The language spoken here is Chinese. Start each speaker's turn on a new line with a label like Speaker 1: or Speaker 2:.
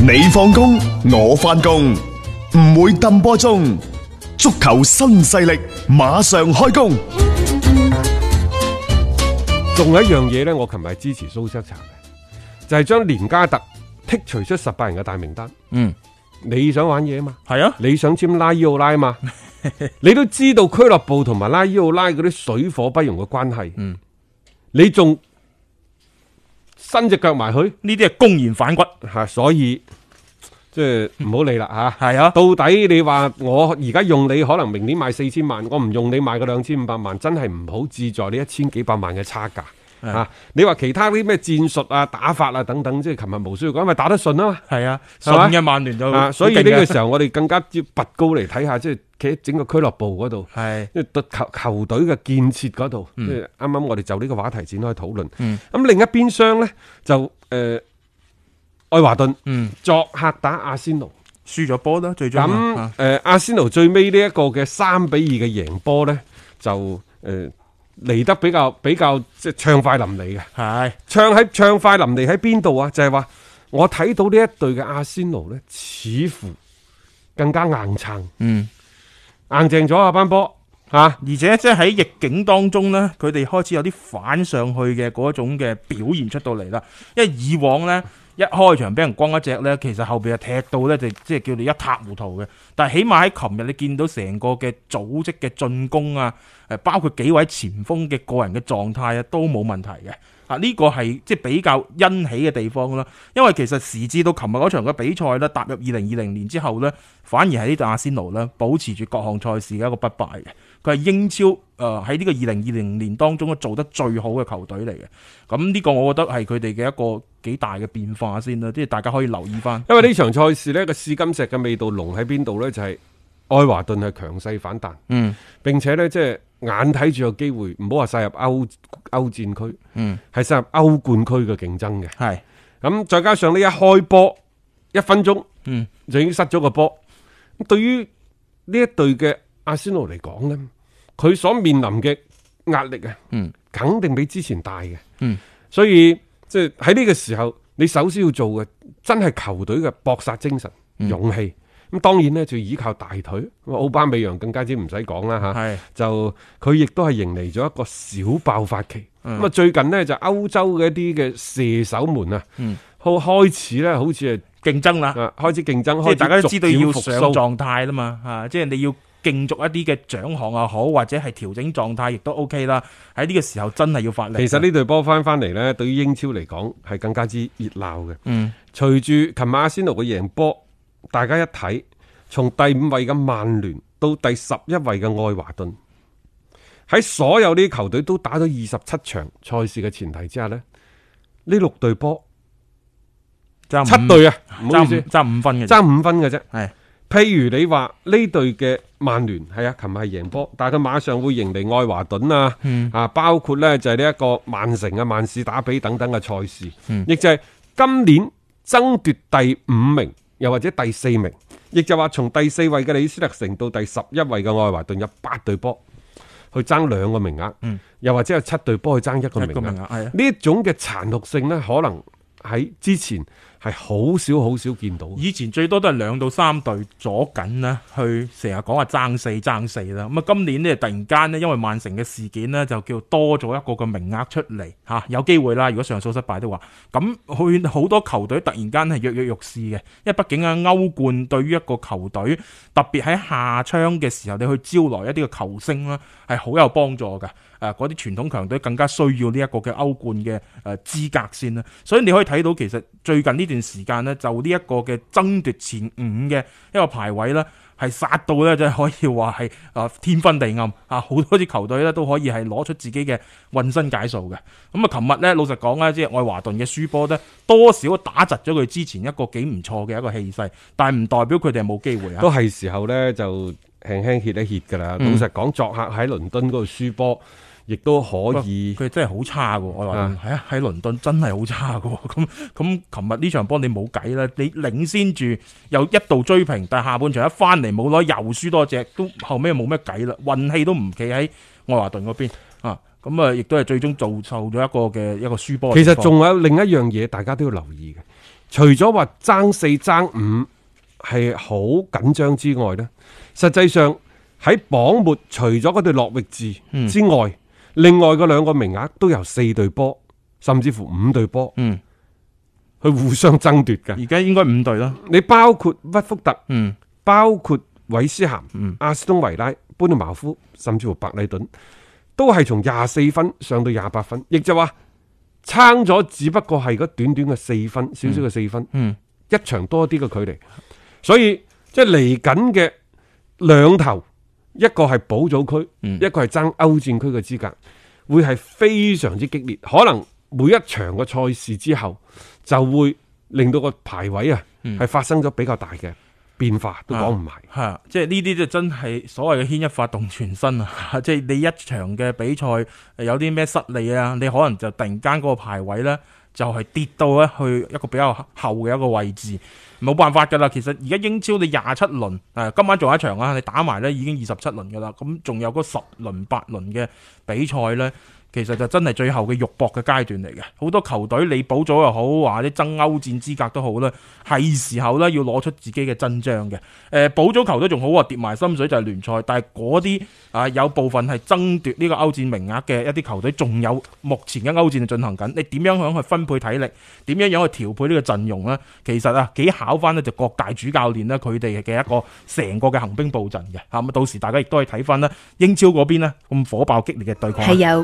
Speaker 1: 你放工，我翻工，唔會抌波中。足球新勢力馬上開工。
Speaker 2: 仲有一樣嘢呢，我琴日係支持蘇斯查嘅，就係、將連加特剔除出十八人嘅大名單。
Speaker 3: 嗯，
Speaker 2: 你想玩嘢啊嘛？
Speaker 3: 係啊，
Speaker 2: 你想簽拉伊奧拉啊 嘛？你都知道俱樂部同埋拉伊奧拉嗰啲水火不容嘅關係。
Speaker 3: 嗯，
Speaker 2: 你仲伸只腳埋去
Speaker 3: 呢啲係公然反骨，
Speaker 2: 嚇、所以即係唔好理啦嚇。
Speaker 3: 係啊，
Speaker 2: 到底你話我而家用你可能明年賣四千萬，我唔用你賣個兩千五百萬，真係唔好志在呢一千幾百萬嘅差價。啊！你話其他啲咩戰術啊、打法啊等等，即係琴日無需要講，因為打得順啊嘛。
Speaker 3: 係啊，
Speaker 2: 係嘛
Speaker 3: 順嘅曼聯就
Speaker 2: 啊，所以
Speaker 3: 好
Speaker 2: 呢
Speaker 3: 勁嘅
Speaker 2: 個時候我哋更加要拔高嚟睇下，即係企喺整個俱樂部嗰度，
Speaker 3: 係
Speaker 2: 即係對球球隊嘅建設嗰度，即
Speaker 3: 嗯
Speaker 2: 係啱啱我哋就呢個話題展開討論。
Speaker 3: 嗯
Speaker 2: 咁另一邊廂呢，就誒愛華頓
Speaker 3: 嗯
Speaker 2: 作客打阿仙奴。
Speaker 3: 輸咗波啦，最終啊
Speaker 2: 咁誒、呃阿仙奴最尾呢一個嘅三比二嘅贏波呢，就誒嚟、得比較比較即係暢快淋漓嘅。
Speaker 3: 係
Speaker 2: 暢喺暢快淋漓喺邊度啊？就係、話我睇到呢一隊嘅阿仙奴呢，似乎更加硬撐，
Speaker 3: 嗯，
Speaker 2: 硬淨咗啊班波嚇。
Speaker 3: 而且即係喺逆境當中呢，佢哋開始有啲反上去嘅嗰種嘅表現出到嚟啦。因為以往呢，一開場俾人光一隻呢，其實後邊係踢到呢，就即係叫你一塌糊塗嘅。但係起碼喺琴日你見到成個嘅組織嘅進攻啊，誒包括幾位前鋒嘅個人嘅狀態啊，都冇問題嘅。啊！呢個係即係比較欣喜嘅地方啦，因為其實時至到琴日嗰場嘅比賽咧，踏入二零二零年之後呢，反而係呢隊阿仙奴呢，保持住各項賽事嘅一個不敗嘅，佢係英超誒喺呢個二零二零年當中做得最好嘅球隊嚟嘅。咁呢個我覺得係佢哋嘅一個幾大嘅變化先啦，即係大家可以留意翻。
Speaker 2: 因為呢場賽事呢個試金石嘅味道濃喺邊度呢？就係、愛華頓係強勢反彈，
Speaker 3: 嗯
Speaker 2: 並且呢，即係眼睇住有機會，唔好話殺入歐歐戰區，
Speaker 3: 嗯，
Speaker 2: 係殺入歐冠區嘅競爭嘅。
Speaker 3: 係
Speaker 2: 咁再加上呢一開波一分鐘，
Speaker 3: 嗯
Speaker 2: 就已經失咗個波。咁對於呢一隊嘅阿仙奴嚟講呢佢所面臨嘅壓力啊，
Speaker 3: 嗯
Speaker 2: 肯定比之前大嘅。
Speaker 3: 嗯，
Speaker 2: 所以即係喺呢個時候，你首先要做嘅真係球隊嘅搏殺精神、
Speaker 3: 嗯
Speaker 2: 勇氣。咁當然呢，就要依靠大腿。咁奧巴美揚更加之唔使講啦嚇。
Speaker 3: 係
Speaker 2: 就佢亦都係迎嚟咗一個小爆發期。咁
Speaker 3: 嗯
Speaker 2: 啊、最近呢，就歐洲嘅一啲嘅射手們啊，
Speaker 3: 嗯
Speaker 2: 好開始咧，好似
Speaker 3: 競爭啦
Speaker 2: 係。啊開始競爭，
Speaker 3: 即
Speaker 2: 開
Speaker 3: 係
Speaker 2: 始
Speaker 3: 大家都知道要
Speaker 2: 逐
Speaker 3: 上
Speaker 2: 漸復甦
Speaker 3: 狀態啦嘛，嚇、即係你要競逐一啲嘅獎項又好，或者係調整狀態亦都 OK 啦。喺呢個時候真係要發力。啊
Speaker 2: 其實呢隊波翻翻嚟呢，對於英超嚟講係更加之熱鬧嘅。
Speaker 3: 嗯，
Speaker 2: 隨住琴晚阿仙奴嘅贏波，大家一睇，從第五位嘅曼聯到第十一位嘅愛華頓，喺所有呢啲球隊都打咗二十七場賽事嘅前提之下呢，呢六隊波
Speaker 3: 爭五
Speaker 2: 七隊啊，唔好
Speaker 3: 爭
Speaker 2: 意思
Speaker 3: 五，爭五分嘅啫，
Speaker 2: 爭五分嘅啫。
Speaker 3: 係
Speaker 2: 譬如你話呢隊嘅曼聯係啊，琴日係贏波，但係佢馬上會迎嚟愛華頓啊，
Speaker 3: 嗯
Speaker 2: 啊包括呢就係呢一個曼城啊、曼市打比等等嘅賽事，亦、就係今年爭奪第五名，又或者第四名，亦就話從第四位嘅李斯特城到第十一位嘅愛華頓有八隊波去爭兩個名額，
Speaker 3: 嗯
Speaker 2: 又或者有七隊波去爭一個名
Speaker 3: 一個
Speaker 2: 額
Speaker 3: 名。額係啊。
Speaker 2: 呢一種嘅殘酷性呢，可能喺之前係好少好少見到嘅。
Speaker 3: 以前最多都係兩到三隊左緊啦，去成日講話爭四爭四啦。咁啊，今年呢，突然間呢，因為曼城嘅事件呢，就叫多咗一個嘅名額出嚟嚇、有機會啦。如果上訴失敗的話，咁去好多球隊突然間係躍躍欲試嘅，因為畢竟啊歐冠對於一個球隊，特別喺下窗嘅時候，你去招來一啲嘅球星啦，係好有幫助㗎。誒嗰啲傳統強隊更加需要呢一個嘅歐冠嘅誒資格先啦。所以你可以睇到其實最近呢段時間呢，就呢一個嘅爭奪前五嘅一個排位啦，係殺到呢，就可以話係啊天昏地暗啊！好多支球隊呢都可以係攞出自己嘅渾身解數嘅。咁啊，琴日呢，老實講啦，即係愛華頓嘅輸波呢，多少打窒咗佢之前一個幾唔錯嘅一個氣勢，但係唔代表佢哋係冇機會啊。
Speaker 2: 都係時候呢，就輕輕歇一歇㗎啦。老實講，作客喺倫敦嗰度輸波，亦都可以。
Speaker 3: 佢真係好差嘅，我話
Speaker 2: 啊
Speaker 3: 係啊，喺倫敦真係好差嘅。咁咁，琴日呢場波你冇計啦，你領先住又一度追平，但係下半場一翻嚟冇耐又輸多隻，都後尾冇咩計啦，運氣都唔企喺愛華頓嗰邊啊。咁啊，亦都係最終造受咗一個嘅一個輸波
Speaker 2: 其
Speaker 3: 嘅情況。
Speaker 2: 實仲有另一樣嘢，大家都要留意嘅，除咗話爭四爭五係好緊張之外呢，實際上喺榜末除咗嗰對諾域治之外，另外嗰兩個名額都由四隊波，甚至乎五隊波
Speaker 3: 嗯，
Speaker 2: 去互相爭奪嘅。
Speaker 3: 而家應該五隊啦，
Speaker 2: 你包括屈福特，
Speaker 3: 嗯，
Speaker 2: 包括韋斯咸、阿斯東維拉、班尼茅夫，甚至乎白禮頓，都係從廿四分上到廿八分，亦就話撐咗，只不過係嗰短短嘅四分，少少嘅四分，
Speaker 3: 嗯
Speaker 2: 一場多啲嘅距離，所以即係嚟緊嘅兩頭，一個係保組區，
Speaker 3: 嗯
Speaker 2: 一個係爭歐戰區嘅資格，會係非常之激烈，可能每一場嘅賽事之後就會令到個排位啊係發生咗比較大嘅變化，都講唔埋。
Speaker 3: 係嗯啊即係呢啲就真係所謂嘅牽一髮動全身啊！即係你一場嘅比賽有啲咩失利啊，你可能就突然間嗰個排位呢，就係跌到咧去一個比較後嘅一個位置，冇辦法㗎啦。其實而家英超你廿七輪，誒今晚仲有一場啊，你打埋呢已經二十七輪㗎啦。咁仲有嗰十輪八輪嘅比賽呢，其實就真係最後嘅肉搏嘅階段嚟嘅。好多球隊你補組又好，或者爭歐戰資格都好啦，係時候呢要攞出自己嘅真章嘅。誒保組球都仲好啊，跌埋心水就係聯賽，但係嗰啲啊有部分係爭奪呢個歐戰名額嘅一啲球隊，仲有目前嘅歐戰就進行緊。你點樣樣去分配體力？點樣樣去調配呢個陣容呢？其實啊，幾考翻呢就各大主教練呢，佢哋嘅一個成個嘅行兵布陣嘅嚇。咁到時大家亦都可以睇翻啦，英超嗰邊呢咁火爆激烈嘅對抗。啊
Speaker 4: 係由